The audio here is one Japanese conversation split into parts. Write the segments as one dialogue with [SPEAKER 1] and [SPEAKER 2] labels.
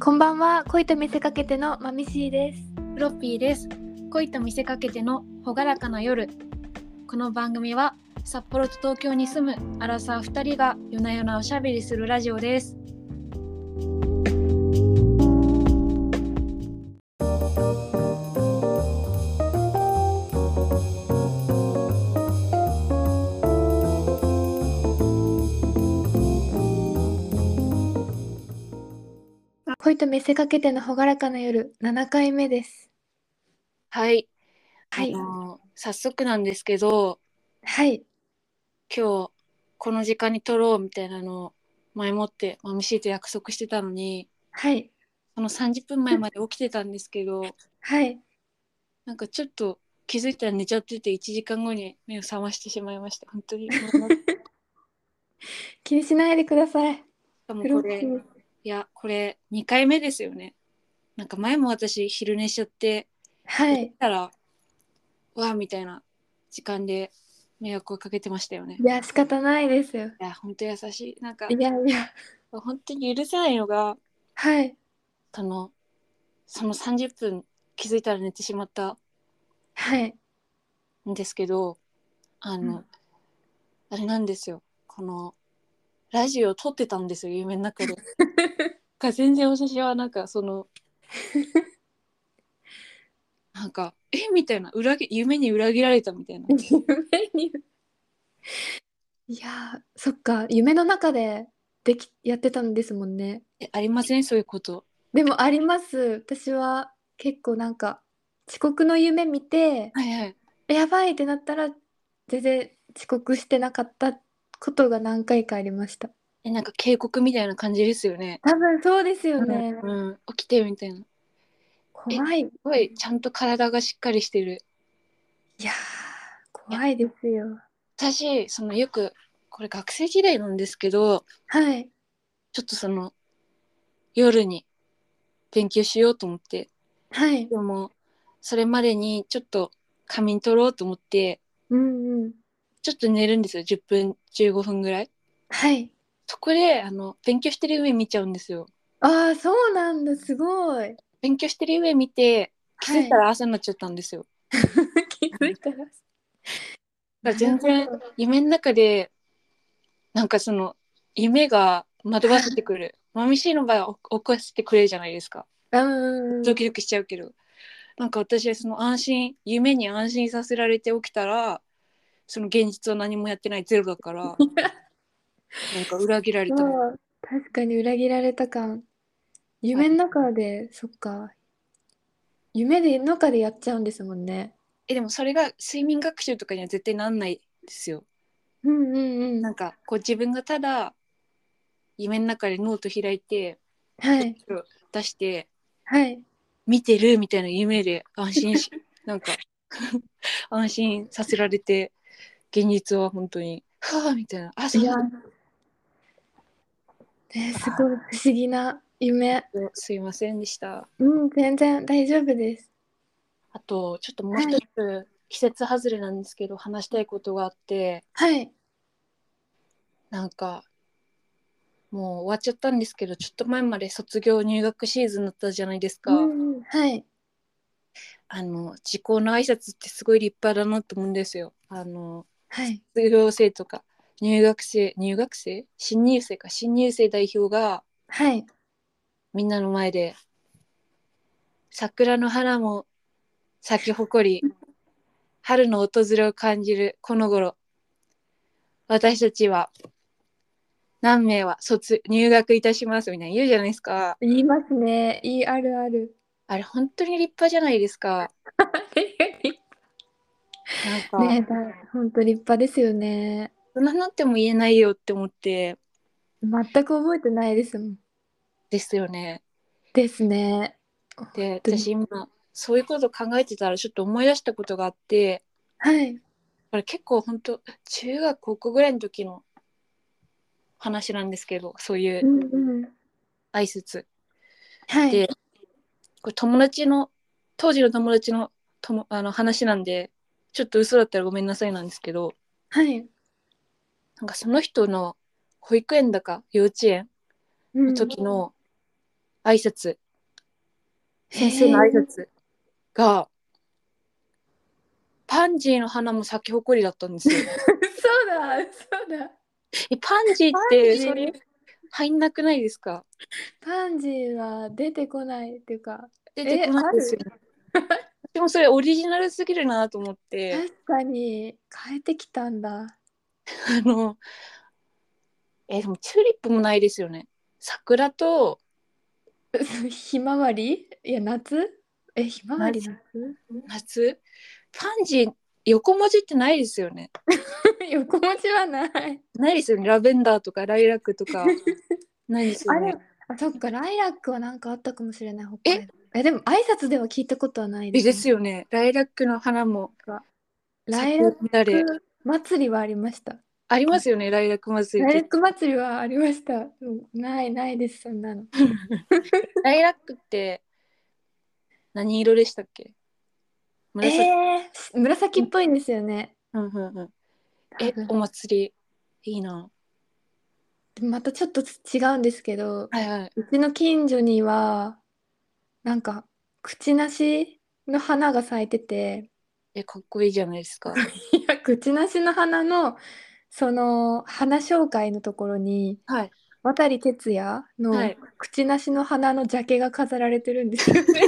[SPEAKER 1] こんばんは恋と見せかけてのまみしーです
[SPEAKER 2] フロッピーです恋と見せかけての朗らかな夜この番組は札幌と東京に住むアラサー2人が夜な夜なおしゃべりするラジオです
[SPEAKER 1] 恋と見せかけての朗らかな夜7回目です
[SPEAKER 2] はい、
[SPEAKER 1] はい
[SPEAKER 2] あの早速なんですけど
[SPEAKER 1] はい
[SPEAKER 2] 今日この時間に撮ろうみたいなのを前もってマムシーと約束してたのに
[SPEAKER 1] はい
[SPEAKER 2] その30分前まで起きてたんですけ ど
[SPEAKER 1] はい
[SPEAKER 2] なんかちょっと気づいたら寝ちゃってて1時間後に目を覚ましてしまいました本当 にもうし
[SPEAKER 1] 気にしないでください
[SPEAKER 2] かも
[SPEAKER 1] フロ
[SPEAKER 2] こ
[SPEAKER 1] ッ
[SPEAKER 2] れ
[SPEAKER 1] ピー
[SPEAKER 2] いやこれ2回目ですよねなんか前も私昼寝しちゃって
[SPEAKER 1] は
[SPEAKER 2] 寝
[SPEAKER 1] い
[SPEAKER 2] たら、わあみたいな時間で迷惑をかけてましたよね
[SPEAKER 1] いや仕方ないですよ
[SPEAKER 2] いや本当優しいなんか
[SPEAKER 1] いやいや
[SPEAKER 2] 本当に許せないのが
[SPEAKER 1] はい
[SPEAKER 2] そのその30分気づいたら寝てしまった
[SPEAKER 1] はい
[SPEAKER 2] んですけどあの、
[SPEAKER 1] うん
[SPEAKER 2] あれなんですよこのラジオ撮ってたんですよ夢の中で。が全然私はなんかそのなんか「えみたいな裏切夢に裏切られたみたいな。
[SPEAKER 1] 夢にいやーそっか夢の中でできやってたんですもんね
[SPEAKER 2] えありませんそういうこと。
[SPEAKER 1] でもあります私は結構なんか遅刻の夢見て
[SPEAKER 2] はいはい。
[SPEAKER 1] やばいってなったら全然遅刻してなかったことが何回かありました
[SPEAKER 2] えなんか警告みたいな感じですよね。
[SPEAKER 1] 多分そうですよね、
[SPEAKER 2] うん、起きてみたいな。す
[SPEAKER 1] 怖いい
[SPEAKER 2] ごいちゃんと体がしっかりしてる。
[SPEAKER 1] やー怖いですよ
[SPEAKER 2] 私そのよくこれ学生時代なんですけど
[SPEAKER 1] はい
[SPEAKER 2] ちょっとその夜に勉強しようと思って
[SPEAKER 1] はい
[SPEAKER 2] でもそれまでにちょっと仮眠取ろうと思って
[SPEAKER 1] うんうん
[SPEAKER 2] ちょっと寝るんですよ10分15分ぐらい
[SPEAKER 1] はい
[SPEAKER 2] そこであの勉強してる夢見ちゃうんですよ
[SPEAKER 1] ああそうなんだすごい
[SPEAKER 2] 勉強してる夢見て気づいたら朝になっちゃったんですよ、
[SPEAKER 1] はい気づいたら
[SPEAKER 2] だから全然夢の中でなんかその夢が惑わせてくるマミシーの場合はお起こしてくれるじゃないですか
[SPEAKER 1] うんうん
[SPEAKER 2] ドキドキしちゃうけどなんか私はその安心夢に安心させられて起きたらその現実を何もやってないゼロだからなんか裏切られたの
[SPEAKER 1] そう確かに裏切られた感夢の中でそっか夢での中でやっちゃうんですもんね
[SPEAKER 2] えでもそれが睡眠学習とかには絶対なんないですよ
[SPEAKER 1] うんうんうん
[SPEAKER 2] なんかこう自分がただ夢の中でノート開いて
[SPEAKER 1] はい
[SPEAKER 2] 出して
[SPEAKER 1] はい
[SPEAKER 2] 見てるみたいな夢で安心 しなんか安心させられて現実は本当に「はあ」みたいな「あそう
[SPEAKER 1] い
[SPEAKER 2] だ
[SPEAKER 1] や、ね、すごい不思議な夢。
[SPEAKER 2] すいませんでした」
[SPEAKER 1] うん、全然大丈夫です。
[SPEAKER 2] あとちょっともう一つ、季節外れなんですけど話したいことがあって
[SPEAKER 1] はい。
[SPEAKER 2] なんかもう終わっちゃったんですけどちょっと前まで卒業入学シーズンだったじゃないですか、
[SPEAKER 1] うんうんはい。
[SPEAKER 2] あの時効の挨拶ってすごい立派だなと思うんですよあの
[SPEAKER 1] はい。
[SPEAKER 2] 卒業生とか入学生入学生新入生か新入生代表が
[SPEAKER 1] はい。
[SPEAKER 2] みんなの前で「桜の花も咲き誇り春の訪れを感じるこの頃私たちは何名は卒入学いたします」みたいな言うじゃないですか
[SPEAKER 1] 言いますね。いいあるあ る。
[SPEAKER 2] あれ本当に立派じゃないですかなんか、
[SPEAKER 1] ね、だ本当立派ですよね。
[SPEAKER 2] そんななっても言えないよって思って
[SPEAKER 1] 全く覚えてないですもん。
[SPEAKER 2] ですよね
[SPEAKER 1] ですね。
[SPEAKER 2] で
[SPEAKER 1] 当に
[SPEAKER 2] 私今そういうこと考えてたらちょっと思い出したことがあって
[SPEAKER 1] はい。
[SPEAKER 2] これ結構本当中学高校ぐらいの時の話なんですけどそういう
[SPEAKER 1] うんうん。
[SPEAKER 2] 挨拶
[SPEAKER 1] はい。
[SPEAKER 2] でこれ友達の当時の友達のともあの話なんでちょっと嘘だったらごめんなさいなんですけど
[SPEAKER 1] はい。
[SPEAKER 2] なんかその人の保育園だか幼稚園
[SPEAKER 1] うん
[SPEAKER 2] の時の挨拶先生
[SPEAKER 1] へ
[SPEAKER 2] の
[SPEAKER 1] え
[SPEAKER 2] 挨拶が、パンジーの花も咲き誇りだったん ですよ。
[SPEAKER 1] そうだ、そうだ。
[SPEAKER 2] えパンジーっ
[SPEAKER 1] パン
[SPEAKER 2] て
[SPEAKER 1] ジー
[SPEAKER 2] それ入んなくないですか
[SPEAKER 1] パンジーは出てこないっていうか、
[SPEAKER 2] 出てこないですよね。でもそれオリジナルすぎるなと思って、
[SPEAKER 1] 確かに変えてきたんだ。
[SPEAKER 2] あの、え、でもチューリップもないですよね。桜と、
[SPEAKER 1] ひまわりいや、夏え、ひまわり夏
[SPEAKER 2] 夏パンジー横文字ってないですよね
[SPEAKER 1] 横文字はない。
[SPEAKER 2] ないですよねラベンダーとかライラック とかないですよね
[SPEAKER 1] あそっか、ライラックはなんかあったかもしれない。北海道え、でも挨拶では聞いたことはない
[SPEAKER 2] えです
[SPEAKER 1] よ。
[SPEAKER 2] よねライラックの花も
[SPEAKER 1] ライラッ
[SPEAKER 2] クれ
[SPEAKER 1] ク祭りはありました。
[SPEAKER 2] ありますよねライラック祭
[SPEAKER 1] ラ
[SPEAKER 2] り
[SPEAKER 1] イラ
[SPEAKER 2] っ
[SPEAKER 1] ッ
[SPEAKER 2] て
[SPEAKER 1] ク祭りはありました。うんない、ないです、そんなの。
[SPEAKER 2] ライラックって何色でしたっけ紫、
[SPEAKER 1] えー、紫っぽいんですよね。
[SPEAKER 2] うんうんうん、え
[SPEAKER 1] 多分
[SPEAKER 2] お祭りいいな
[SPEAKER 1] またちょっと違うんですけど、
[SPEAKER 2] はいはいう
[SPEAKER 1] ちの近所には、なんか、口なしの花が咲いてて、
[SPEAKER 2] えかっこいいじゃないですか
[SPEAKER 1] いや、口なしの花の、その、花紹介のところに、
[SPEAKER 2] はい
[SPEAKER 1] 渡哲也
[SPEAKER 2] は
[SPEAKER 1] の
[SPEAKER 2] い
[SPEAKER 1] 口なしの花のジャケが飾られてるんですよね。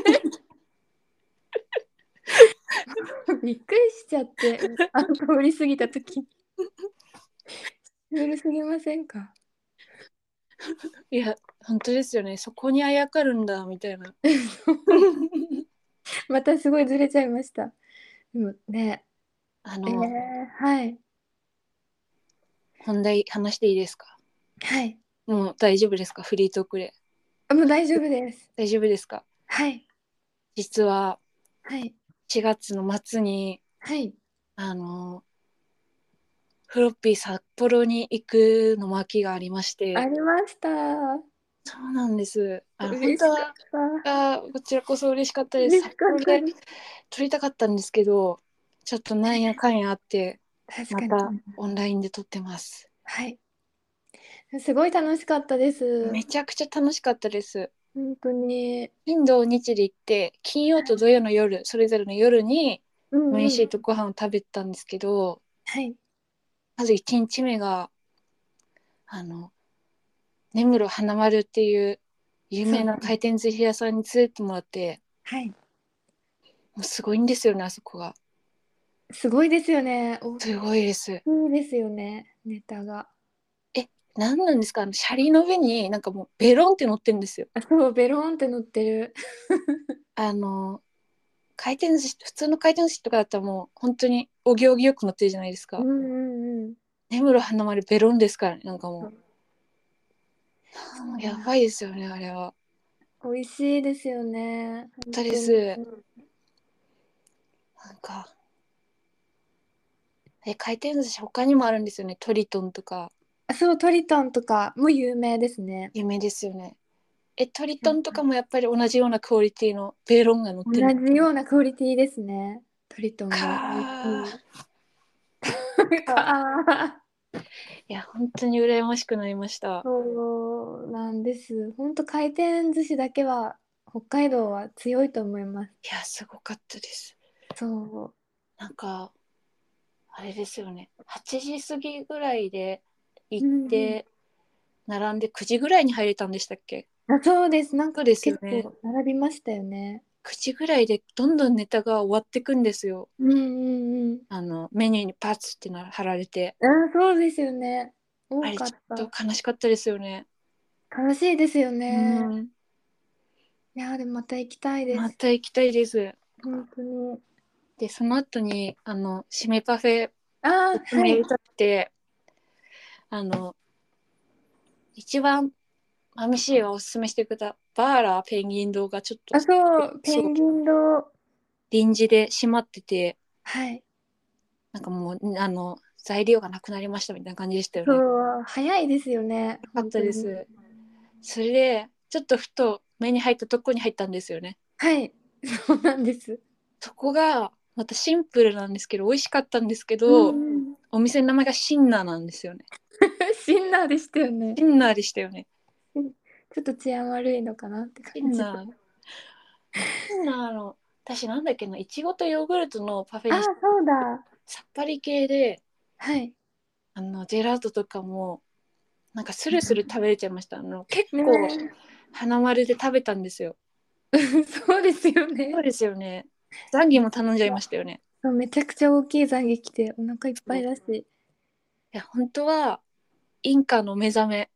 [SPEAKER 1] びっくりしちゃって、あの通り過ぎた時に。シュールすぎませんか
[SPEAKER 2] いや本当ですよねそこにあやかるんだみたい な
[SPEAKER 1] またすごいずれちゃいました。でもね、
[SPEAKER 2] あ
[SPEAKER 1] え
[SPEAKER 2] の、
[SPEAKER 1] ー、はい、
[SPEAKER 2] 本題話していいですか
[SPEAKER 1] はい。
[SPEAKER 2] もう大丈夫ですかフリートークで。
[SPEAKER 1] あもう大丈夫です。
[SPEAKER 2] 大丈夫ですか
[SPEAKER 1] はい、
[SPEAKER 2] 実は
[SPEAKER 1] はい、
[SPEAKER 2] 4月の末に、
[SPEAKER 1] はい。
[SPEAKER 2] あの、フロッピー札幌に行くの巻がありまして、
[SPEAKER 1] ありました。
[SPEAKER 2] そうなんです。あの
[SPEAKER 1] 嬉
[SPEAKER 2] 本
[SPEAKER 1] しか
[SPEAKER 2] 当
[SPEAKER 1] っ
[SPEAKER 2] は
[SPEAKER 1] た。
[SPEAKER 2] あこちらこそ嬉しかったです。
[SPEAKER 1] 嬉し
[SPEAKER 2] 札
[SPEAKER 1] か
[SPEAKER 2] 幌
[SPEAKER 1] ったで
[SPEAKER 2] で
[SPEAKER 1] す。
[SPEAKER 2] 撮りたかったんですけど、ちょっとなんやかんやあって、ま
[SPEAKER 1] 確か
[SPEAKER 2] た
[SPEAKER 1] に。
[SPEAKER 2] オンラインで撮ってます。
[SPEAKER 1] はい。すごい楽しかったです。
[SPEAKER 2] めちゃくちゃ楽しかったです。
[SPEAKER 1] 本当に。
[SPEAKER 2] 金土日で行って、金曜と土曜の夜、それぞれの夜に、
[SPEAKER 1] うん、
[SPEAKER 2] 美味しいとご飯を食べたんですけど、
[SPEAKER 1] はい。
[SPEAKER 2] まず1日目があの根室花丸っていう有名な回転寿司屋さんに連れてってもらって
[SPEAKER 1] はい。
[SPEAKER 2] もうすごいんですよねあそこが
[SPEAKER 1] すごいですよね。大き
[SPEAKER 2] すごいです
[SPEAKER 1] いですよね。ネタが。
[SPEAKER 2] 何なんですかあのシャリの上になんかもうベロンって乗ってるんですよ
[SPEAKER 1] あそう、ベローンって乗ってる。
[SPEAKER 2] あの回転寿司普通の回転寿司とかだったらもう本当にお行儀よく乗ってるじゃないですか、
[SPEAKER 1] うんうんうん。
[SPEAKER 2] 根室花丸ベロンですからねなんかも
[SPEAKER 1] う
[SPEAKER 2] うやばいですよねあれは
[SPEAKER 1] 美味しいですよね。本
[SPEAKER 2] 当です
[SPEAKER 1] うん
[SPEAKER 2] なんかえ回転寿司他にもあるんですよねトリトンとか
[SPEAKER 1] あ、そう、トリトンとかも有名ですね。
[SPEAKER 2] 有名ですよね。え、トリトンとかもやっぱり同じようなクオリティのベーロンが乗っ
[SPEAKER 1] 同
[SPEAKER 2] て
[SPEAKER 1] じ
[SPEAKER 2] る。
[SPEAKER 1] ようなクオリティですね。トリトン
[SPEAKER 2] か
[SPEAKER 1] は。
[SPEAKER 2] ー
[SPEAKER 1] ああ、
[SPEAKER 2] いや、本当に羨ましくなりました。
[SPEAKER 1] そうなんです。本当回転寿司だけは北海道は強いと思います。
[SPEAKER 2] いや、すごかったです。
[SPEAKER 1] そう。
[SPEAKER 2] なんか、あれですよね。8時過ぎぐらいで行って、並んで9時ぐらいに入れたんでしたっけ
[SPEAKER 1] あ、そうです。なん
[SPEAKER 2] そう
[SPEAKER 1] か
[SPEAKER 2] ですよ
[SPEAKER 1] 結
[SPEAKER 2] ね
[SPEAKER 1] 構並びましたよね。
[SPEAKER 2] ?9 時ぐらいでどんどんネタが終わってくんですよ。
[SPEAKER 1] うんうんうん。
[SPEAKER 2] あの、メニューにパツってな貼られて。
[SPEAKER 1] あ、そうですよね。多
[SPEAKER 2] あれち
[SPEAKER 1] か
[SPEAKER 2] ょ
[SPEAKER 1] っ
[SPEAKER 2] っと
[SPEAKER 1] た。
[SPEAKER 2] 悲しかったですよね。
[SPEAKER 1] 悲しいですよね。
[SPEAKER 2] うん。
[SPEAKER 1] いやー、でもまた行きたいで。
[SPEAKER 2] ますた行きたいです。
[SPEAKER 1] 本当に。
[SPEAKER 2] でその後にあの締めパフェ
[SPEAKER 1] あー、
[SPEAKER 2] も
[SPEAKER 1] は
[SPEAKER 2] やり
[SPEAKER 1] い。
[SPEAKER 2] たくて、あの一番マミシーがおすすめしてくれたバーラーペンギン堂がちょっと
[SPEAKER 1] あ、そう、ペンギン堂。
[SPEAKER 2] 臨時で閉まってて
[SPEAKER 1] はい。
[SPEAKER 2] なんかもうあの材料がなくなりましたみたいな感じでしたよね。
[SPEAKER 1] そ
[SPEAKER 2] よ
[SPEAKER 1] う、早いですよね。
[SPEAKER 2] かったです
[SPEAKER 1] 本。
[SPEAKER 2] それでちょっとふと目に入ったとこに入ったんですよね。
[SPEAKER 1] 当に。はい。 そうなんです。
[SPEAKER 2] そこがまたシンプルなんですけど美味しかったんですけど、
[SPEAKER 1] うん
[SPEAKER 2] お店の名前がシンナーなんですよね。
[SPEAKER 1] シンナーでしたよね。
[SPEAKER 2] シンナーでしたよね。
[SPEAKER 1] ちょっと治安悪いのかなって感
[SPEAKER 2] 変
[SPEAKER 1] じ。
[SPEAKER 2] な。変なの。私なんだっけな、いちごとヨーグルトのパフェ
[SPEAKER 1] あ、
[SPEAKER 2] に
[SPEAKER 1] そうだ。
[SPEAKER 2] さっぱり系で、
[SPEAKER 1] はい。
[SPEAKER 2] あの、ジェラートとかも、なんかスルスル食べれちゃいました。あの、結
[SPEAKER 1] ね
[SPEAKER 2] 構、花丸で食べたんですよ。
[SPEAKER 1] え そうですよね
[SPEAKER 2] そう。ですよね。ザンギも頼んじゃいましたよね。
[SPEAKER 1] そうめちゃくちゃ大きい残劇でお腹いっぱいだし。
[SPEAKER 2] いや、本当は、インカの目覚め、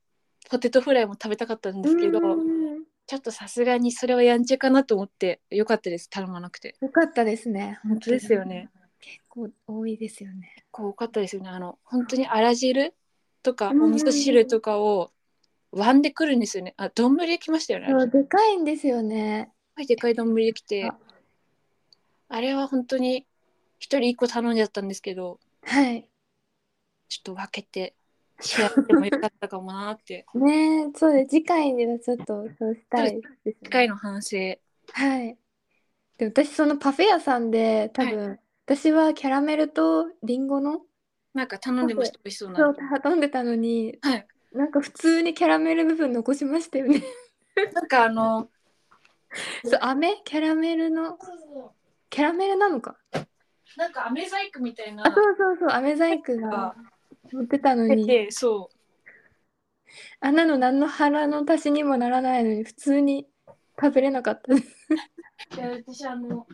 [SPEAKER 2] ポテトフライも食べたかったんですけど、
[SPEAKER 1] うん
[SPEAKER 2] ちょっとさすがにそれはやんちゃかなと思って、よかったです。頼まなくて。
[SPEAKER 1] よかったですね。
[SPEAKER 2] 本当ですよね。
[SPEAKER 1] 結構多いですよね。
[SPEAKER 2] こう多かったですよね。あの本当にあら汁とかお
[SPEAKER 1] うんうんうん
[SPEAKER 2] 味噌汁とかを割んでくるんですよね。あ、丼で来ましたよね。あれ
[SPEAKER 1] そうでかいんですよね。
[SPEAKER 2] はい、でかい丼で来て
[SPEAKER 1] あ、
[SPEAKER 2] あれは本当に一人一個頼んじゃったんですけど、
[SPEAKER 1] はい。
[SPEAKER 2] ちょっと分けてシェアしてもよかったかもなって。
[SPEAKER 1] ねえそうで次回にはちょっとそうしたいです
[SPEAKER 2] 次
[SPEAKER 1] ね。
[SPEAKER 2] 回の反省。
[SPEAKER 1] はい。で私そのパフェ屋さんで多分、私はキャラメルとリンゴの
[SPEAKER 2] なんか頼んでました。美味しそうな
[SPEAKER 1] そ
[SPEAKER 2] の。
[SPEAKER 1] う頼んでたのに
[SPEAKER 2] はい。
[SPEAKER 1] なんか普通にキャラメル部分残しました よね。
[SPEAKER 2] なんかあの、
[SPEAKER 1] そう飴キャラメルのキャラメルなのか。
[SPEAKER 2] なんか飴細工みたいな
[SPEAKER 1] あそうそうそう飴細工が持ってたのに
[SPEAKER 2] で、そ
[SPEAKER 1] あんなの何の腹の足しにもならないのに普通に食べれなかった です。
[SPEAKER 2] う。いや私あの、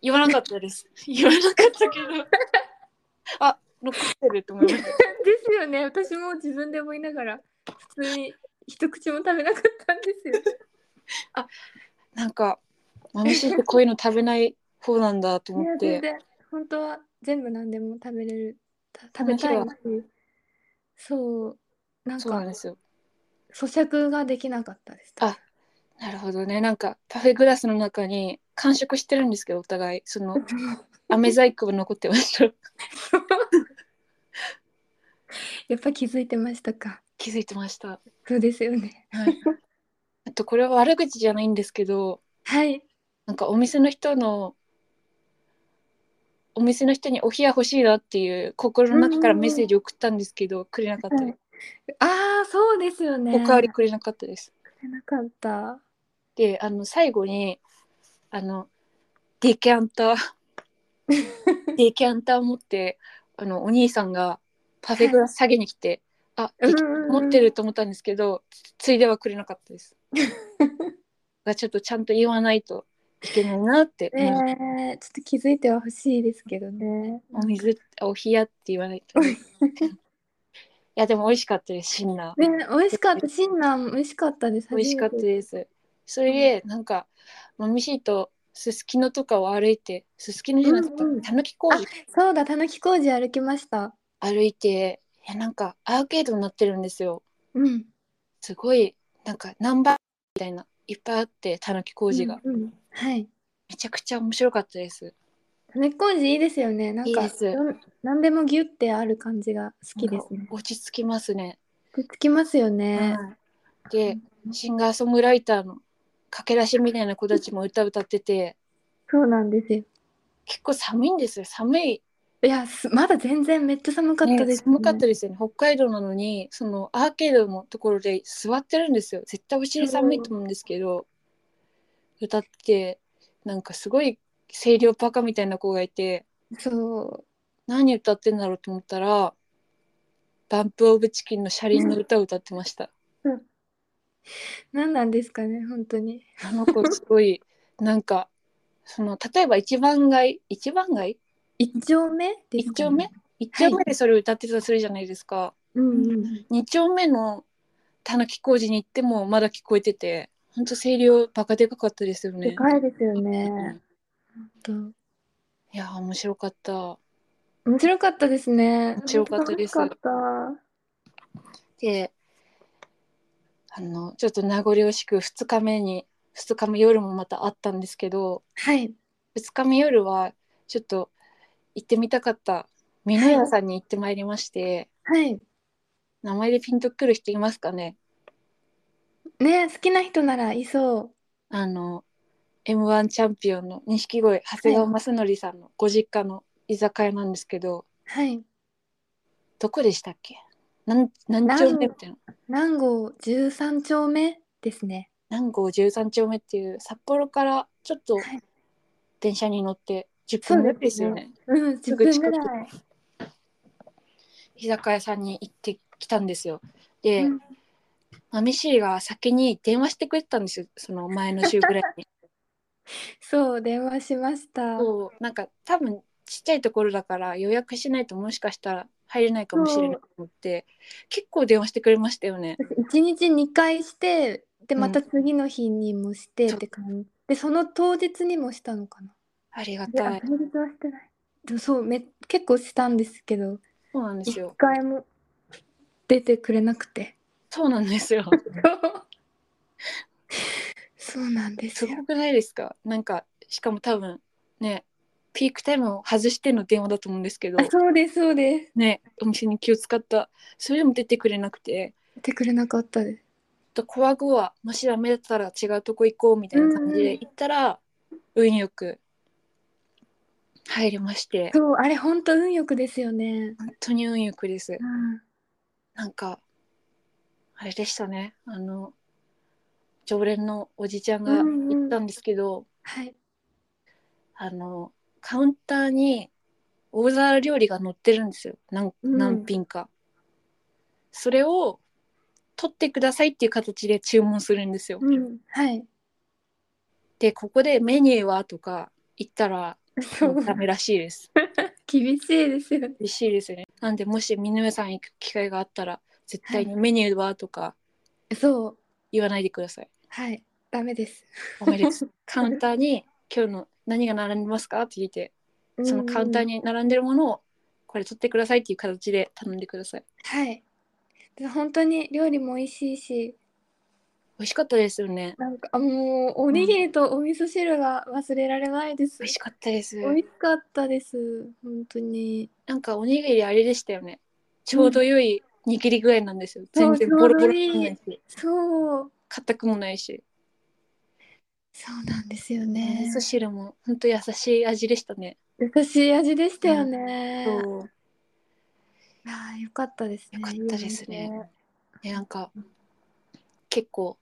[SPEAKER 2] 言わなかったです。 言わなかった けど、あ、残ってると思いました。
[SPEAKER 1] ですよね私も自分で思いながら普通に一口も食べなかったんですよ。
[SPEAKER 2] なんか、マムシってこういうの食べない方なんだと
[SPEAKER 1] い
[SPEAKER 2] 思
[SPEAKER 1] や
[SPEAKER 2] っ
[SPEAKER 1] 全
[SPEAKER 2] て。
[SPEAKER 1] 然本当は全部何でも食べれるた食べたい
[SPEAKER 2] 面
[SPEAKER 1] しそうなん
[SPEAKER 2] そうなん
[SPEAKER 1] か
[SPEAKER 2] ですよ。
[SPEAKER 1] 咀嚼ができなかったです
[SPEAKER 2] あなるほどね。なんか、パフェグラスの中に完食してるんですけど、お互い。その、飴細工が残ってま した。
[SPEAKER 1] やっぱ気づいてましたか
[SPEAKER 2] 気づいてました。
[SPEAKER 1] そうですよね
[SPEAKER 2] はい。あと、これは悪口じゃないんですけど、
[SPEAKER 1] はい
[SPEAKER 2] なんかお店の人の、お店の人にお冷や欲しいなっていう心の中からメッセージ送ったんですけど、くれなかったです。
[SPEAKER 1] ああそうですよね
[SPEAKER 2] おかわりくれなかったです。
[SPEAKER 1] なかった
[SPEAKER 2] であの最後にあのデキャン ターデキャンター持ってあのお兄さんがパフェグラス下げに来て、あデキャンター持ってると思ったんですけどつついではくれなかったです がちょっとちゃんと言わないといけないなって
[SPEAKER 1] え
[SPEAKER 2] 思います、
[SPEAKER 1] ー、ちょっと気づいてはほしいですけどね
[SPEAKER 2] お水お冷やって言わないと いやでも美味しかったですシンナー
[SPEAKER 1] ね美味しかったシンナーも美味しかったです
[SPEAKER 2] 美味しかった
[SPEAKER 1] 初めて
[SPEAKER 2] です。それで、なんか、マミシーとすすきのとかを歩いて、すすきのじゃなく
[SPEAKER 1] うんう
[SPEAKER 2] て、
[SPEAKER 1] ん
[SPEAKER 2] たぬき工事
[SPEAKER 1] そうだたぬき工事歩きました
[SPEAKER 2] 歩いて、いや、なんかアーケードになってるんですよ。
[SPEAKER 1] うん
[SPEAKER 2] すごい、なんかナンバーみたいな、いっぱいあって、たぬき工事が。
[SPEAKER 1] うんうんはい
[SPEAKER 2] めちゃくちゃ面白かったです。
[SPEAKER 1] たぬき工事いいですよねなんか
[SPEAKER 2] いいです
[SPEAKER 1] なんなんでもギュってある感じが好きです
[SPEAKER 2] なん
[SPEAKER 1] ね
[SPEAKER 2] か落ち着きますね。
[SPEAKER 1] 落ち着きますよね、
[SPEAKER 2] はいで、シンガーソングライターの駆け出しみたいな子たちも歌歌ってて、
[SPEAKER 1] そうなんですよ
[SPEAKER 2] 結構寒いんですよ。寒い
[SPEAKER 1] いやすまだ全然めっちゃ寒かったです、
[SPEAKER 2] ね寒かったですよね。北海道なのに、そのアーケードのところで座ってるんですよ。絶対お尻寒いと思うんですけど、歌って、なんかすごい声量バカみたいな子がいて、
[SPEAKER 1] そう
[SPEAKER 2] 何歌ってんだろうと思ったら、バンプオブチキンの車輪の歌を歌ってました。
[SPEAKER 1] 何なんですかね本当に
[SPEAKER 2] あの子すごい、なんか、その例えば一番街、一番街
[SPEAKER 1] 一丁目です
[SPEAKER 2] 一
[SPEAKER 1] かね
[SPEAKER 2] 丁目一丁目でそれを歌ってたとするじゃないですか。
[SPEAKER 1] うんうん
[SPEAKER 2] 2丁目のたぬき工事に行ってもまだ聞こえてて本当声量バカでかかったですよ
[SPEAKER 1] で
[SPEAKER 2] ね。
[SPEAKER 1] かいですよ
[SPEAKER 2] うん
[SPEAKER 1] ね、本
[SPEAKER 2] いやー面白かった。
[SPEAKER 1] 当面白かったですね
[SPEAKER 2] 面白かったです
[SPEAKER 1] 楽しかっ
[SPEAKER 2] であのちょっと名残惜しく2日目に2日目夜もまたあったんですけど
[SPEAKER 1] たはい
[SPEAKER 2] 2日目夜はちょっと行ってみたかった美濃屋さんに行ってまいりまして、
[SPEAKER 1] はい
[SPEAKER 2] 名前でピンとくる人いますかね
[SPEAKER 1] ね好きな人ならいそう
[SPEAKER 2] あの m 1チャンピオンの錦鯉長谷川雅則さんのご実家の居酒屋なんですけど、
[SPEAKER 1] はい
[SPEAKER 2] どこでしたっけなん何丁目
[SPEAKER 1] 何
[SPEAKER 2] みたいな
[SPEAKER 1] 南郷13丁目ですね。
[SPEAKER 2] 南郷13丁目っていう札幌からちょっと
[SPEAKER 1] はい
[SPEAKER 2] 電車に乗って10分ぐらいですよね
[SPEAKER 1] うん、
[SPEAKER 2] す
[SPEAKER 1] 10
[SPEAKER 2] ぐ
[SPEAKER 1] 分
[SPEAKER 2] 近く
[SPEAKER 1] ぐらい。
[SPEAKER 2] 居酒屋さんに行ってきたんですよで、
[SPEAKER 1] うん
[SPEAKER 2] まあミシーが先に電話してくれてたんですよその前の週ぐらいに
[SPEAKER 1] そう、電話しました。
[SPEAKER 2] そうなんか多分ちっちゃいところだから予約しないともしかしたら入れないかもしれないと思って結構電話してくれましたよね
[SPEAKER 1] 1日2回して、で、
[SPEAKER 2] うん
[SPEAKER 1] また次の日にもして
[SPEAKER 2] そう
[SPEAKER 1] って感じ。で、その当日にもしたのかな。
[SPEAKER 2] ありが
[SPEAKER 1] い
[SPEAKER 2] た
[SPEAKER 1] や
[SPEAKER 2] い
[SPEAKER 1] 当日はしてない。でもそうめ、結構したんですけど、
[SPEAKER 2] そうなんです
[SPEAKER 1] 1
[SPEAKER 2] よ
[SPEAKER 1] 回も出てくれなくて。
[SPEAKER 2] そうなんです よ
[SPEAKER 1] そうなんです
[SPEAKER 2] す
[SPEAKER 1] よ
[SPEAKER 2] ご。くないですかなんかしかも多分ねピークタイムを外しての電話だと思うんですけど
[SPEAKER 1] あ、そうです、そうです。
[SPEAKER 2] ねお店に気を使ったそれでも出てくれなくて
[SPEAKER 1] 出てくれなかったです。
[SPEAKER 2] ちょっとコワグワもしダメだったら違うとこ行こうみたいな感じで行ったら、運よく入りまして
[SPEAKER 1] そう、あれ、ほんと運よくですよね。
[SPEAKER 2] 本当に運よくです
[SPEAKER 1] うん
[SPEAKER 2] なんかあれでしたねあの常連のおじちゃんが
[SPEAKER 1] うんうん
[SPEAKER 2] 行ったんですけど、
[SPEAKER 1] はい。
[SPEAKER 2] あのカウンターに大皿料理が載ってるんですよ何
[SPEAKER 1] うん
[SPEAKER 2] 何品か、それを取ってくださいっていう形で注文するんですよ、
[SPEAKER 1] うん。はい。
[SPEAKER 2] でここでメニューはとか言ったら
[SPEAKER 1] そう。
[SPEAKER 2] ダメらしいです。
[SPEAKER 1] 厳しいですよね。
[SPEAKER 2] 嬉しいですよね。なんでもし美濃屋さん行く機会があったら絶対にメニューはとか
[SPEAKER 1] そう。
[SPEAKER 2] 言わないでください。
[SPEAKER 1] はい。ダメです。
[SPEAKER 2] ダメ です。カウンターに今日の何が並んでますかって聞いてそのカウンター
[SPEAKER 1] うん。
[SPEAKER 2] に並んでるものをこれ取ってくださいっていう形で頼んでください。
[SPEAKER 1] はい。で本当に料理も美味しいし、
[SPEAKER 2] 美味しかったですよね。
[SPEAKER 1] なんか、あもう、おにぎりとお味噌汁が忘れられないです
[SPEAKER 2] 美味。しかったです。
[SPEAKER 1] 美味しかったです。本当に。
[SPEAKER 2] なんかおにぎりあれでしたよね。ちょうど良い握り具合なんですよ。
[SPEAKER 1] そ
[SPEAKER 2] 全
[SPEAKER 1] う
[SPEAKER 2] 然ボロ
[SPEAKER 1] ちょ
[SPEAKER 2] ボロ
[SPEAKER 1] うどいい
[SPEAKER 2] にならないし
[SPEAKER 1] そう。
[SPEAKER 2] 硬くもないし。
[SPEAKER 1] そうなんですよ
[SPEAKER 2] お
[SPEAKER 1] ね
[SPEAKER 2] 味噌。汁も本当優しい味でしたね。
[SPEAKER 1] 優しい味でしたよね。
[SPEAKER 2] そう
[SPEAKER 1] ああ、よかったですね。
[SPEAKER 2] よかったですねね、なんか結構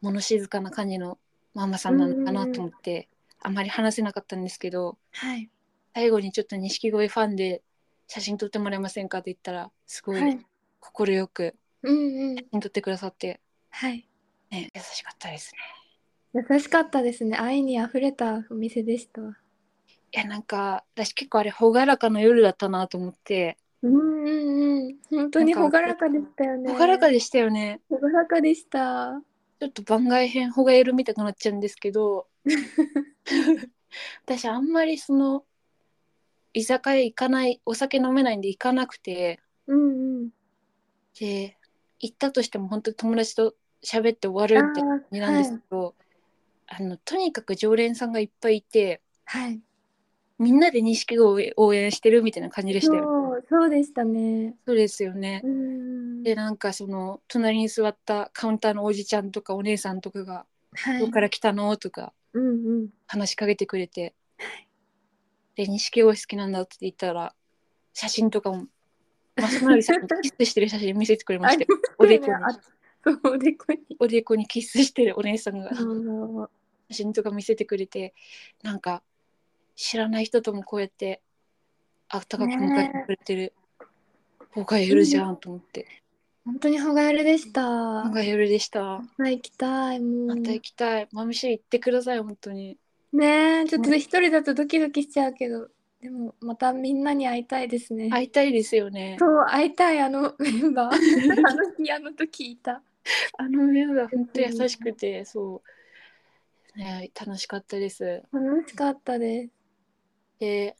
[SPEAKER 2] 物静かな感じのママさんなのかなと思って、あまり話せなかったんですけど
[SPEAKER 1] はい。
[SPEAKER 2] 最後にちょっと錦鯉ファンで写真撮ってもらえませんかって言ったらすごい
[SPEAKER 1] はい。
[SPEAKER 2] 快く
[SPEAKER 1] うんうん
[SPEAKER 2] 写。真撮ってくださって、
[SPEAKER 1] はい。
[SPEAKER 2] ね、優しかったですね。
[SPEAKER 1] 優しかったですね。愛にあふれたお店でした。
[SPEAKER 2] いやなんか私結構あれ朗らかな夜だったなと思って
[SPEAKER 1] うんうんうん。本当に朗らかでしたよね。
[SPEAKER 2] 朗らか
[SPEAKER 1] で
[SPEAKER 2] でしたよね。
[SPEAKER 1] 朗らかでした。
[SPEAKER 2] ちょっと番外編ほがエルみたくなっちゃうんですけど 私あんまりその居酒屋行かないお酒飲めないんで行かなくて
[SPEAKER 1] うんうん。
[SPEAKER 2] で行ったとしても本当に友達と喋って終わるみたいな感じなんですけどあ、のとにかく常連さんがいっぱいいて
[SPEAKER 1] はい。
[SPEAKER 2] みんなで錦鯉を応援してるみたいな感じでしたよ。
[SPEAKER 1] そう、そうでしたね。
[SPEAKER 2] そうですよね
[SPEAKER 1] うんうんう
[SPEAKER 2] で
[SPEAKER 1] ん。
[SPEAKER 2] なんかその隣に座ったカウンターのおじちゃんとかお姉さんとかが「
[SPEAKER 1] は
[SPEAKER 2] ど
[SPEAKER 1] い。
[SPEAKER 2] こから来たの?」とか
[SPEAKER 1] うんうん。
[SPEAKER 2] 話しかけてくれてで錦鯉好きなんだって言ったら写真とかもマスマリさんにキスしてる写真見せてくれ ましたよおでこに
[SPEAKER 1] あそう、おでこに。
[SPEAKER 2] おでこにキスしてるお姉さんが
[SPEAKER 1] そう
[SPEAKER 2] 写真とか見せてくれてなんか知らない人ともこうやってあったかく迎えてくれてる方がゆるじゃんと思って
[SPEAKER 1] 本当にほがやるでした。
[SPEAKER 2] 方
[SPEAKER 1] ま
[SPEAKER 2] がゆるでした
[SPEAKER 1] た行きたい、も
[SPEAKER 2] ま
[SPEAKER 1] う。
[SPEAKER 2] た行きたいマムシ行ってください本当に
[SPEAKER 1] ねえ、ちょっと一人だとドキドキしちゃうけど、でもまたみんなに会いたいですね。
[SPEAKER 2] 会いたいですよね
[SPEAKER 1] そう、会いたい、あのメンバー。 あの日、あの時いた。
[SPEAKER 2] あのメンバー本当優しくてそう、ね、楽しかったです
[SPEAKER 1] 楽しかったです。
[SPEAKER 2] で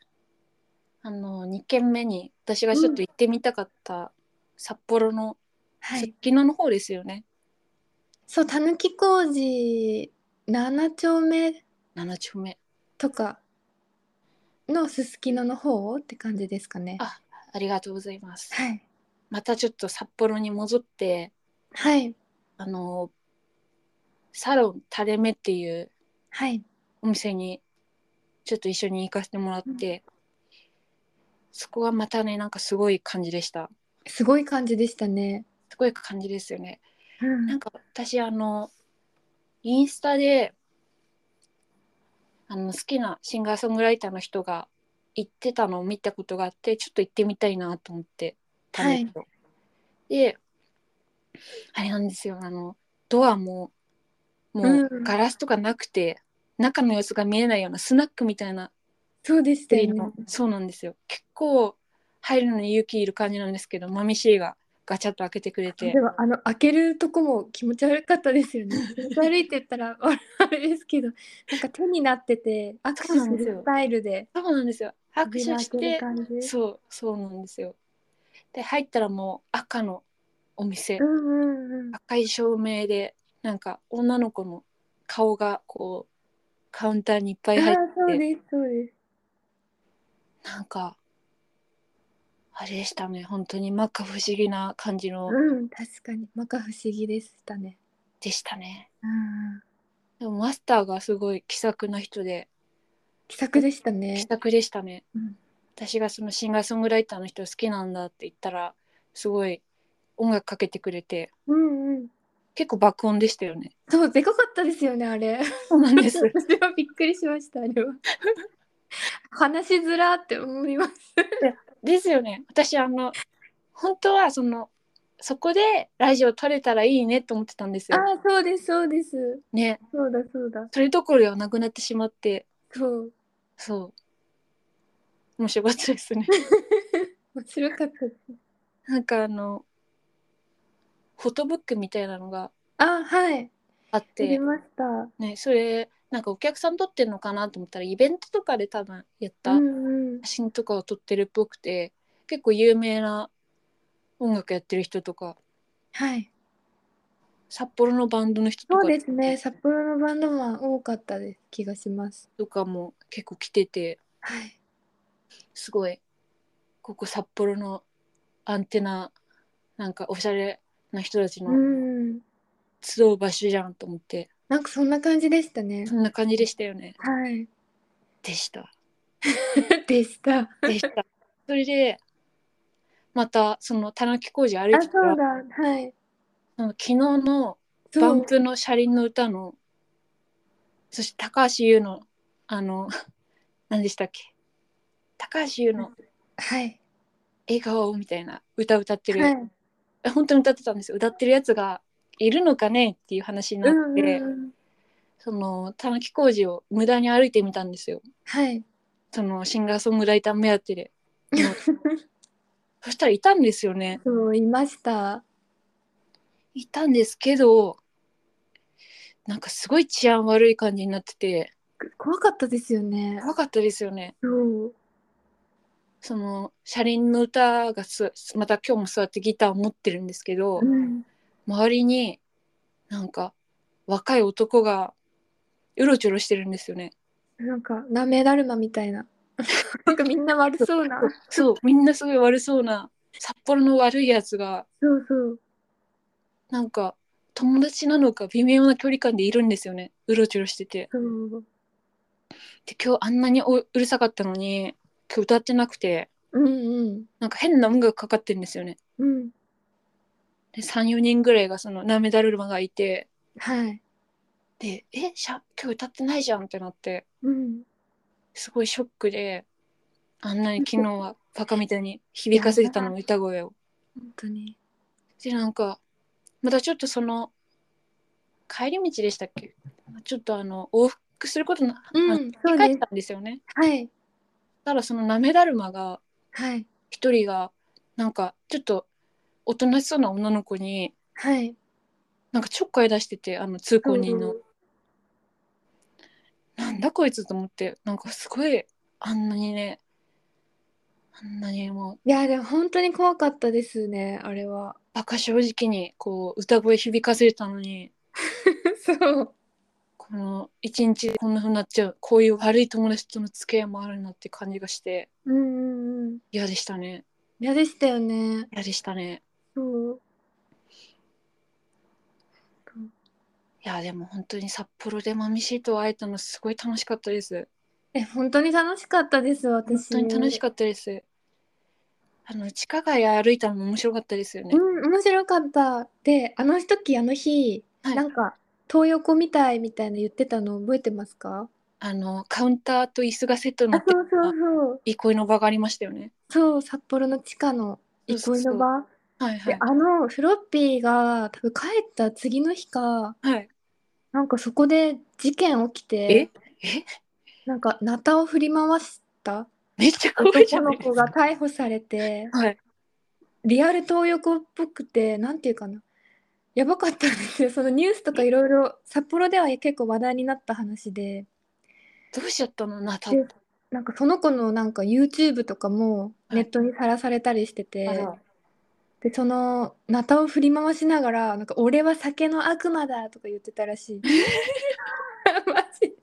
[SPEAKER 2] あの2軒目に私がちょっと行ってみたかった札幌の
[SPEAKER 1] は
[SPEAKER 2] すっ
[SPEAKER 1] い。
[SPEAKER 2] きのの方ですよね、
[SPEAKER 1] そう、たぬき工事7丁目
[SPEAKER 2] 7丁目
[SPEAKER 1] とかのすすきのの方って感じですかね。
[SPEAKER 2] あありがとうございます
[SPEAKER 1] はい。
[SPEAKER 2] またちょっと札幌に戻って
[SPEAKER 1] はい。
[SPEAKER 2] あのサロンタレメっていう
[SPEAKER 1] はい。
[SPEAKER 2] お店にちょっと一緒に行かせてもらって、そこはまたねなんかすごい感じでした
[SPEAKER 1] すごい感じでしたね。
[SPEAKER 2] すごい感じですよね。
[SPEAKER 1] うん
[SPEAKER 2] なんか私あのインスタであの好きなシンガーソングライターの人が行ってたのを見たことがあってちょっと行ってみたいなと思ってたんですけど、であれなんですよあのドアももう
[SPEAKER 1] うん
[SPEAKER 2] ガラスとかなくて、中の様子が見えないようなスナックみたいな
[SPEAKER 1] そうでしたよね。
[SPEAKER 2] のそうなんですよ結構入るのに勇気いる感じなんですけどマミシーがガチャッと開けてくれて
[SPEAKER 1] でもあの開けるとこも気持ち悪かったですよ ね。気持ち悪いって言ったらあれですけどなんか手になってて握手
[SPEAKER 2] そうなん
[SPEAKER 1] す
[SPEAKER 2] です
[SPEAKER 1] る
[SPEAKER 2] よ
[SPEAKER 1] スタイルで
[SPEAKER 2] そうなんですよ握手
[SPEAKER 1] 扉開
[SPEAKER 2] し
[SPEAKER 1] ける
[SPEAKER 2] て
[SPEAKER 1] 感じ。
[SPEAKER 2] そうそうなんですよで入ったらもう赤のお店、
[SPEAKER 1] うんうんうん。
[SPEAKER 2] 赤い照明でなんか女の子の顔がこうカウンターにいっぱい入っ
[SPEAKER 1] あーそうですそうです。
[SPEAKER 2] てなんかあれでしたね本当に摩訶不思議な感じの
[SPEAKER 1] うん確かに摩訶不思議でしたね。
[SPEAKER 2] でしたね
[SPEAKER 1] うん。
[SPEAKER 2] でもマスターがすごい気さくな人で
[SPEAKER 1] 気さくでした
[SPEAKER 2] 気
[SPEAKER 1] ね。
[SPEAKER 2] さくでしたね
[SPEAKER 1] うん
[SPEAKER 2] 私がそのシンガーソングライターの人好きなんだって言ったらすごい音楽かけてくれて
[SPEAKER 1] うんうん。
[SPEAKER 2] 結構爆音でしたよね
[SPEAKER 1] そうでかかったですよねあれ。
[SPEAKER 2] そうなんです
[SPEAKER 1] 私はびっくりしましたあれは。話しづらって思います。
[SPEAKER 2] ですよね私あの本当はそのそこでラジオ撮れたらいいねと思ってたんです
[SPEAKER 1] あ
[SPEAKER 2] よ。
[SPEAKER 1] あそうですそうです。
[SPEAKER 2] ね
[SPEAKER 1] そうだそうだ。
[SPEAKER 2] それどころではなくなってしまって
[SPEAKER 1] そう。
[SPEAKER 2] そう面白かっ たですね。
[SPEAKER 1] 面白かったです。
[SPEAKER 2] なんかあのフォトブックみたいなのが
[SPEAKER 1] あ、はい。
[SPEAKER 2] あっ
[SPEAKER 1] やり
[SPEAKER 2] て、
[SPEAKER 1] ました。
[SPEAKER 2] ね、それなんかお客さん撮ってんのかなと思ったらイベントとかで多分やった
[SPEAKER 1] うんうん。
[SPEAKER 2] 写真とかを撮ってるっぽくて結構有名な音楽やってる人とか
[SPEAKER 1] はい。
[SPEAKER 2] 札幌のバンドの人と
[SPEAKER 1] そ
[SPEAKER 2] か
[SPEAKER 1] うですね。札幌のバンドマン多かったです気がします。
[SPEAKER 2] とかも結構来てて。
[SPEAKER 1] はい。
[SPEAKER 2] すごいここ札幌のアンテナなんかおしゃれな人たち
[SPEAKER 1] う
[SPEAKER 2] の
[SPEAKER 1] ん。
[SPEAKER 2] 集う場所じゃんと思って、
[SPEAKER 1] なんかそんな感じでしたね。
[SPEAKER 2] そんな感じでしたよね
[SPEAKER 1] はい。
[SPEAKER 2] でした
[SPEAKER 1] でした。あ、
[SPEAKER 2] でした それでまたその田中工事歩い
[SPEAKER 1] そ
[SPEAKER 2] てたら
[SPEAKER 1] うだ。はい。
[SPEAKER 2] その昨日のバ
[SPEAKER 1] そ
[SPEAKER 2] ン
[SPEAKER 1] う。
[SPEAKER 2] プの車輪の歌のそして高橋優のあの 何でしたっけ高橋優の
[SPEAKER 1] はい。
[SPEAKER 2] 笑顔みたいな歌歌ってる、
[SPEAKER 1] はい。
[SPEAKER 2] 本当に歌ってたんですよ歌ってるやつがいるのかねっていう話にな
[SPEAKER 1] う
[SPEAKER 2] っ
[SPEAKER 1] んうん
[SPEAKER 2] て、
[SPEAKER 1] うん。
[SPEAKER 2] そのたぬき工事を無駄に歩いてみたんですよ
[SPEAKER 1] はい。
[SPEAKER 2] そのシンガーソングライター目当てでそしたらいたんですよね
[SPEAKER 1] そういました。
[SPEAKER 2] いたんですけどなんかすごい治安悪い感じになってて
[SPEAKER 1] 怖かったですよね。
[SPEAKER 2] 怖かったですよね
[SPEAKER 1] そう。
[SPEAKER 2] その車輪の歌がすまた今日もそうやってギターを持ってるんですけど、
[SPEAKER 1] うん。
[SPEAKER 2] 周りになんか若い男がうろちょろしてるんですよね
[SPEAKER 1] なんかなめだるまみたいな。 なんかみんな悪そうな。
[SPEAKER 2] そうみんなすごい悪そうな札幌の悪いやつが
[SPEAKER 1] そうそう。
[SPEAKER 2] なんか友達なのか微妙な距離感でいるんですよねうろちょろしてて
[SPEAKER 1] そう。
[SPEAKER 2] で今日あんなにおうるさかったのに今日歌ってなくて
[SPEAKER 1] うんうん。
[SPEAKER 2] なんか変な音楽かかってるんですよね
[SPEAKER 1] うん。
[SPEAKER 2] で34人ぐらいがそのナメダルマがいて
[SPEAKER 1] はい。
[SPEAKER 2] で「えしゃ今日歌ってないじゃん」ってなって
[SPEAKER 1] うん。
[SPEAKER 2] すごいショックであんなに昨日はバカみたいに響かせてたの歌声を
[SPEAKER 1] 本当に。
[SPEAKER 2] でなんかまたちょっとその帰り道でしたっけちょっとあの往復することな、
[SPEAKER 1] うん
[SPEAKER 2] あ
[SPEAKER 1] そう
[SPEAKER 2] 帰
[SPEAKER 1] で
[SPEAKER 2] っ
[SPEAKER 1] す
[SPEAKER 2] たんですよね
[SPEAKER 1] はい。
[SPEAKER 2] ただそのなめだるまが
[SPEAKER 1] はい。
[SPEAKER 2] 一人がなんかちょっとおとなしそうな女の子に
[SPEAKER 1] はい。
[SPEAKER 2] なんかちょっかい出しててあの通行人の、なんだこいつと思ってなんかすごいあんなにねあんなにもう
[SPEAKER 1] いや、でも本当に怖かったですね、あれは。
[SPEAKER 2] バカ正直にこう歌声響かせてたのに
[SPEAKER 1] そう。
[SPEAKER 2] この一日でこんな風になっちゃうこういう悪い友達との付き合いもあるなって感じがして
[SPEAKER 1] うんうんうん。
[SPEAKER 2] 嫌でしたね
[SPEAKER 1] 嫌でしたよね。
[SPEAKER 2] 嫌でしたね
[SPEAKER 1] そう。
[SPEAKER 2] いやでも本当に札幌でマミシーと会えたのすごい楽しかったです
[SPEAKER 1] え、本当に楽しかったです、
[SPEAKER 2] 本
[SPEAKER 1] 私。
[SPEAKER 2] 当に楽しかったです。あの地下街歩いたのも面白かったですよね。
[SPEAKER 1] うん、面白かった。で、あの時あの日、
[SPEAKER 2] はい
[SPEAKER 1] なんか、東横みたいみたいな言ってたの覚えてますか
[SPEAKER 2] あのカウンターと椅子がセットに
[SPEAKER 1] あ、
[SPEAKER 2] な
[SPEAKER 1] そ
[SPEAKER 2] って
[SPEAKER 1] うそうそう。
[SPEAKER 2] 憩いの場がありましたよね。
[SPEAKER 1] そう、札幌の地下の憩いの場。
[SPEAKER 2] はいは
[SPEAKER 1] で
[SPEAKER 2] い、。
[SPEAKER 1] あの、フロッピーが多分帰った次の日か、
[SPEAKER 2] はい、
[SPEAKER 1] なんかそこで事件起き
[SPEAKER 2] え
[SPEAKER 1] て、
[SPEAKER 2] え
[SPEAKER 1] なんか、ナタを振り回した
[SPEAKER 2] めっちゃ 怖いじゃ
[SPEAKER 1] 男
[SPEAKER 2] ない
[SPEAKER 1] の
[SPEAKER 2] です
[SPEAKER 1] 子
[SPEAKER 2] か。
[SPEAKER 1] が逮捕されて、
[SPEAKER 2] はい、
[SPEAKER 1] リアル東横っぽくて、なんていうかな。やばかったんですよ。そ のニュースとかいろいろ、札幌では結構話題になった話で。
[SPEAKER 2] どうしちゃったのなた。
[SPEAKER 1] でなんかその子のなんか YouTube とかも
[SPEAKER 2] はい
[SPEAKER 1] ネットにさらされたりしてて、
[SPEAKER 2] あら
[SPEAKER 1] でそのナタを振り回しながら「なんか俺は酒の悪魔だ」とか言ってたらし い。マジぶっ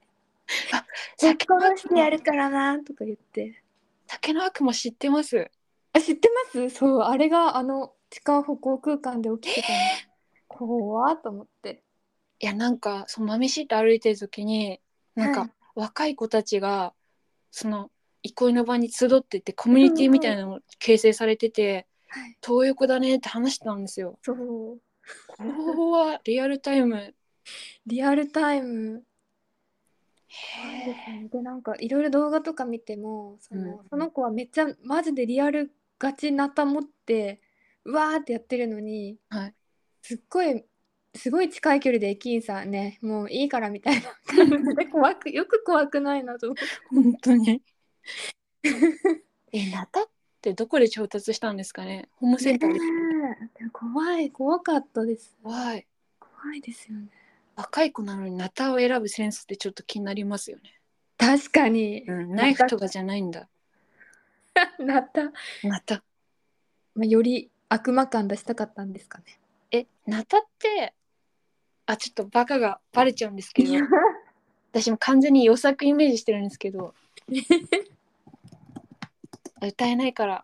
[SPEAKER 2] 酒の
[SPEAKER 1] 殺してやるからなとか言って。
[SPEAKER 2] 酒の悪魔知ってます。
[SPEAKER 1] あ知ってますそうあれがあの地下歩行空間で起きてたの。怖っと思って。
[SPEAKER 2] いやなんかその豆シート歩いてる時になん
[SPEAKER 1] は
[SPEAKER 2] か
[SPEAKER 1] い
[SPEAKER 2] 若い子たちがその憩いの場に集っててコミュニティみたいなの形成されてて
[SPEAKER 1] はい、
[SPEAKER 2] 東横だねって話してたんですよ。
[SPEAKER 1] そう
[SPEAKER 2] ここはリアルタイム。
[SPEAKER 1] リアルタイムそうです
[SPEAKER 2] へえ。
[SPEAKER 1] ねでなんかいろいろ動画とか見てもその,、
[SPEAKER 2] うん
[SPEAKER 1] その子はめっちゃマジでリアルガチなた持ってうわーってやってるのに、
[SPEAKER 2] はい
[SPEAKER 1] すっごいすごい近い距離で駅員さんねもういいからみたいな感じで怖 くよく怖くないなと思って
[SPEAKER 2] 本 当に。えナタってどこで調達したんですかね。ホームセンターで。
[SPEAKER 1] ねえ怖い怖かったです
[SPEAKER 2] 怖い。
[SPEAKER 1] 怖いですよね
[SPEAKER 2] 若い子なのにナタを選ぶセンスってちょっと気になりますよね。
[SPEAKER 1] 確かに、
[SPEAKER 2] うん、ナイフとかじゃないんだ。
[SPEAKER 1] なった、ま
[SPEAKER 2] ナタ。
[SPEAKER 1] あ、より悪魔感出したかったんですかね
[SPEAKER 2] え、ナタって、あ、ちょっとバカがバレちゃうんですけど、私も完全に予作イメージしてるんですけど、 あ歌えないから、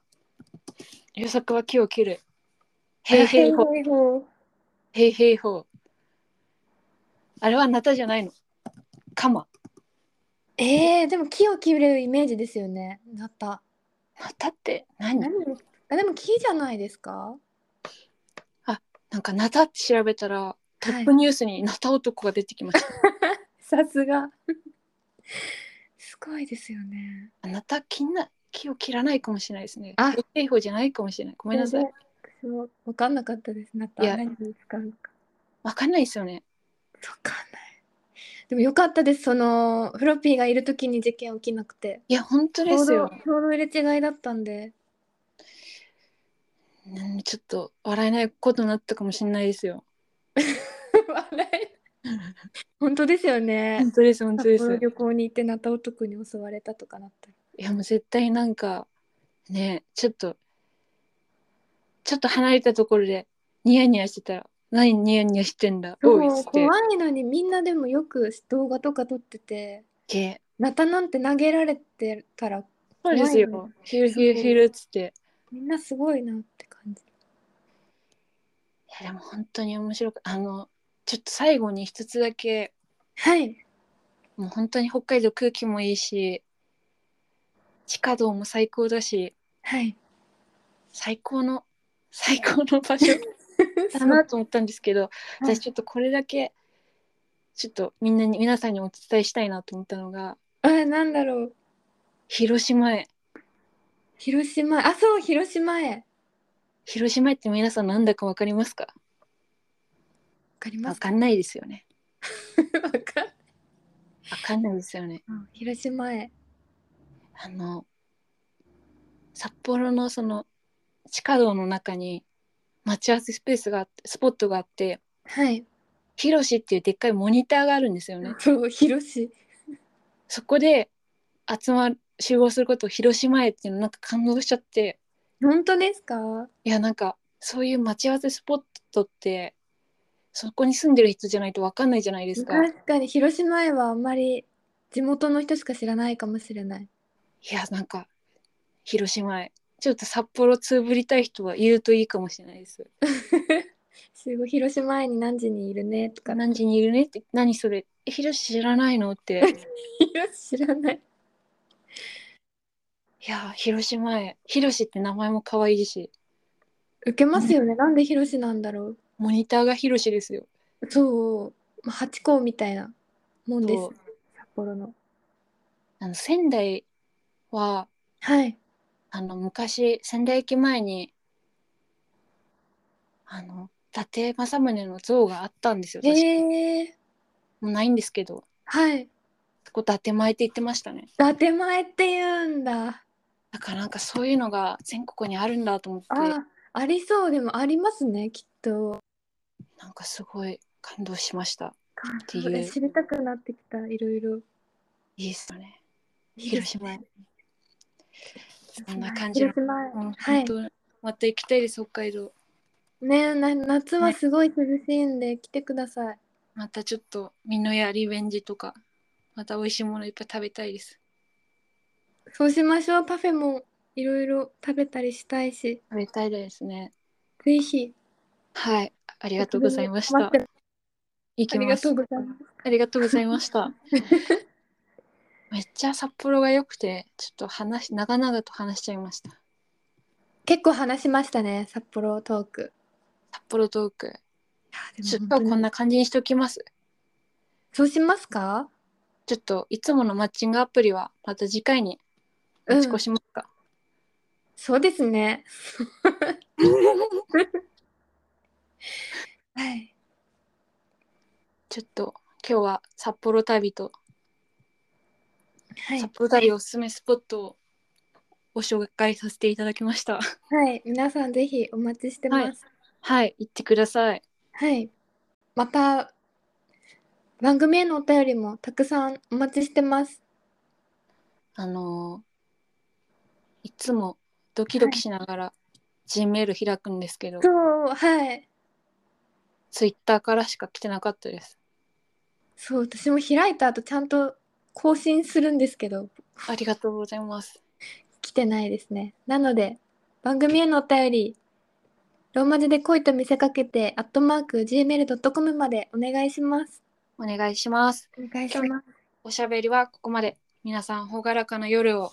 [SPEAKER 2] 予作は木を切る。へいへいほ、
[SPEAKER 1] いほう
[SPEAKER 2] へいへいほ。あれはナタじゃないの。カマ。
[SPEAKER 1] えー、でも木を切るイメージですよね。なった。
[SPEAKER 2] ナタって何
[SPEAKER 1] 何ですかでも木じゃないですか。
[SPEAKER 2] なんかナタって調べたら、ト
[SPEAKER 1] は
[SPEAKER 2] ッ
[SPEAKER 1] い
[SPEAKER 2] プニュースにナタ男が出てきました。
[SPEAKER 1] さすが。すごいですよね。
[SPEAKER 2] あなた切んな木を切らないかもしれないですね。
[SPEAKER 1] あ
[SPEAKER 2] あ、警報じゃないかもしれない。ご
[SPEAKER 1] ご
[SPEAKER 2] めんなさい。。
[SPEAKER 1] 私も分かんなかったです。なった。
[SPEAKER 2] いや
[SPEAKER 1] 何に使うのか。
[SPEAKER 2] わかんないですよね。
[SPEAKER 1] 分かんない。でも良かったです。そのフロッピーがいるときに事件起きなくて。
[SPEAKER 2] いや本当
[SPEAKER 1] ち
[SPEAKER 2] で
[SPEAKER 1] ょう
[SPEAKER 2] す
[SPEAKER 1] ど
[SPEAKER 2] よ。
[SPEAKER 1] ちょうど入れ違いだったん で。
[SPEAKER 2] うんちょっと笑えないことになったかもしれないですよ。
[SPEAKER 1] 笑え本当ですよね
[SPEAKER 2] 本。当です本当で
[SPEAKER 1] 札
[SPEAKER 2] す。
[SPEAKER 1] 幌旅行に行ってなった男に襲われたとかなったら。
[SPEAKER 2] いやもう絶対なんかねちょっとちょっと離れたところでニヤニヤしてたら何ニヤニヤしてんだ
[SPEAKER 1] そ
[SPEAKER 2] おいっ
[SPEAKER 1] う
[SPEAKER 2] つって
[SPEAKER 1] 怖いのにみんなでもよく動画とか撮ってて
[SPEAKER 2] け
[SPEAKER 1] ナタなんて投げられてたら
[SPEAKER 2] そうですよ。ヒュルヒュルヒュルっつって。
[SPEAKER 1] みんなすごいなって感じ
[SPEAKER 2] いやでも本当に面白くあのちょっと最後に一つだけ
[SPEAKER 1] はい
[SPEAKER 2] もう本当に北海道空気もいいし地下道も最高だし
[SPEAKER 1] はい
[SPEAKER 2] 最高の最高の場所だなと思ったんですけど
[SPEAKER 1] はい
[SPEAKER 2] 私ちょっとこれだけちょっとみんなに皆さんにお伝えしたいなと思ったのが
[SPEAKER 1] あなんだろう
[SPEAKER 2] 広島へ
[SPEAKER 1] 広島へあそう広島へわ
[SPEAKER 2] 広島へって皆さんなんだかわかりますか
[SPEAKER 1] かり
[SPEAKER 2] わ
[SPEAKER 1] ますか
[SPEAKER 2] かんないですよね
[SPEAKER 1] わかん
[SPEAKER 2] わかんないですよね
[SPEAKER 1] うん広島へ
[SPEAKER 2] あの札幌のその地下道の中に待ち合わせスペースがあってスポットがあって
[SPEAKER 1] はい
[SPEAKER 2] 広しっていうでっかいモニターがあるんですよね
[SPEAKER 1] そう広し
[SPEAKER 2] そこで集まる集合することを広島へっていうのなんか感動しちゃって
[SPEAKER 1] 本当ですか
[SPEAKER 2] いやなんかそういう待ち合わせスポットってそこに住んでる人じゃないと分かんないじゃないですか。い
[SPEAKER 1] 確かに広島へはあんまり地元の人しか知らないかもしれない
[SPEAKER 2] やなんか広島へちょっと札幌つぶりたい人は言うといいかもしれないです。
[SPEAKER 1] すごい広島へに何時にいるねと か
[SPEAKER 2] 何時にいるねって何それえ広し知らないのって
[SPEAKER 1] 広し知らない
[SPEAKER 2] いやー広島へ広しって名前も可愛いし
[SPEAKER 1] 受けますよね、なんでヒロシなんだろ
[SPEAKER 2] モニターが広しですよ
[SPEAKER 1] うそう、まあ、ハチ公みたいなもんです
[SPEAKER 2] そう
[SPEAKER 1] 札幌の
[SPEAKER 2] あの仙台は
[SPEAKER 1] はい
[SPEAKER 2] あの昔仙台駅前にあの伊達政宗の像があったんですよ
[SPEAKER 1] へ
[SPEAKER 2] 確か
[SPEAKER 1] え
[SPEAKER 2] もうないんですけど
[SPEAKER 1] はい
[SPEAKER 2] そこ伊達前って言ってましたね
[SPEAKER 1] 伊達前って言うんだ
[SPEAKER 2] だからなんかそういうのが全国にあるんだと思って
[SPEAKER 1] あありそうでもありますねきっと
[SPEAKER 2] なんかすごい感動しましたていう
[SPEAKER 1] え知りたくなってきたいろいろ
[SPEAKER 2] いいですよね広島へそんな感じの
[SPEAKER 1] 広島へ
[SPEAKER 2] うん
[SPEAKER 1] はい
[SPEAKER 2] 本当また行きたいです北海道
[SPEAKER 1] ねな夏はすごい涼しいんで、来てください
[SPEAKER 2] またちょっと美濃やリベンジとかまた美味しいものいっぱい食べたいです
[SPEAKER 1] そうしましょうパフェもいろいろ食べたりしたいし
[SPEAKER 2] 食べたいですね
[SPEAKER 1] ぜひ
[SPEAKER 2] はいあり
[SPEAKER 1] あ
[SPEAKER 2] がとうございまし
[SPEAKER 1] 待
[SPEAKER 2] た
[SPEAKER 1] ってますあ
[SPEAKER 2] 行き
[SPEAKER 1] り
[SPEAKER 2] ま
[SPEAKER 1] が
[SPEAKER 2] す
[SPEAKER 1] とうございます
[SPEAKER 2] ありがとうござい ました。めっちゃ札幌が良くて、ちょっと話し、長々と話しちゃいました。
[SPEAKER 1] 結構話しましたね札幌トーク
[SPEAKER 2] 札幌トーク。
[SPEAKER 1] いやで
[SPEAKER 2] ちょ
[SPEAKER 1] も
[SPEAKER 2] っと
[SPEAKER 1] 本当に
[SPEAKER 2] こんな感じにしておきます。
[SPEAKER 1] そうしますか
[SPEAKER 2] ちょっといつものマッチングアプリはまた次回に
[SPEAKER 1] うん
[SPEAKER 2] 持ち越しますか。
[SPEAKER 1] そうです ねはい
[SPEAKER 2] ちょっと今日は札幌旅と、
[SPEAKER 1] は
[SPEAKER 2] 札
[SPEAKER 1] い、
[SPEAKER 2] 幌旅おすすめスポットをご紹介させていただきました。
[SPEAKER 1] はい、皆さんぜひお待ちしてます
[SPEAKER 2] はい、行ってください。
[SPEAKER 1] はい、また番組へのお便りもたくさんお待ちしてます
[SPEAKER 2] あのーいつもドキドキしながら G メール開くんですけど、
[SPEAKER 1] そうはい
[SPEAKER 2] ツイッターからしか来てなかったです。
[SPEAKER 1] そう私も開いた後ちゃんと更新するんですけど
[SPEAKER 2] ありがとうございます。
[SPEAKER 1] 来てないですねなので番組へのお便りローマ字で恋と見せかけてアットマーク gmail.com までお願いします
[SPEAKER 2] お願いします。
[SPEAKER 1] お願い
[SPEAKER 2] しまおしゃべりはここまで。皆さん、ほがらかな夜を。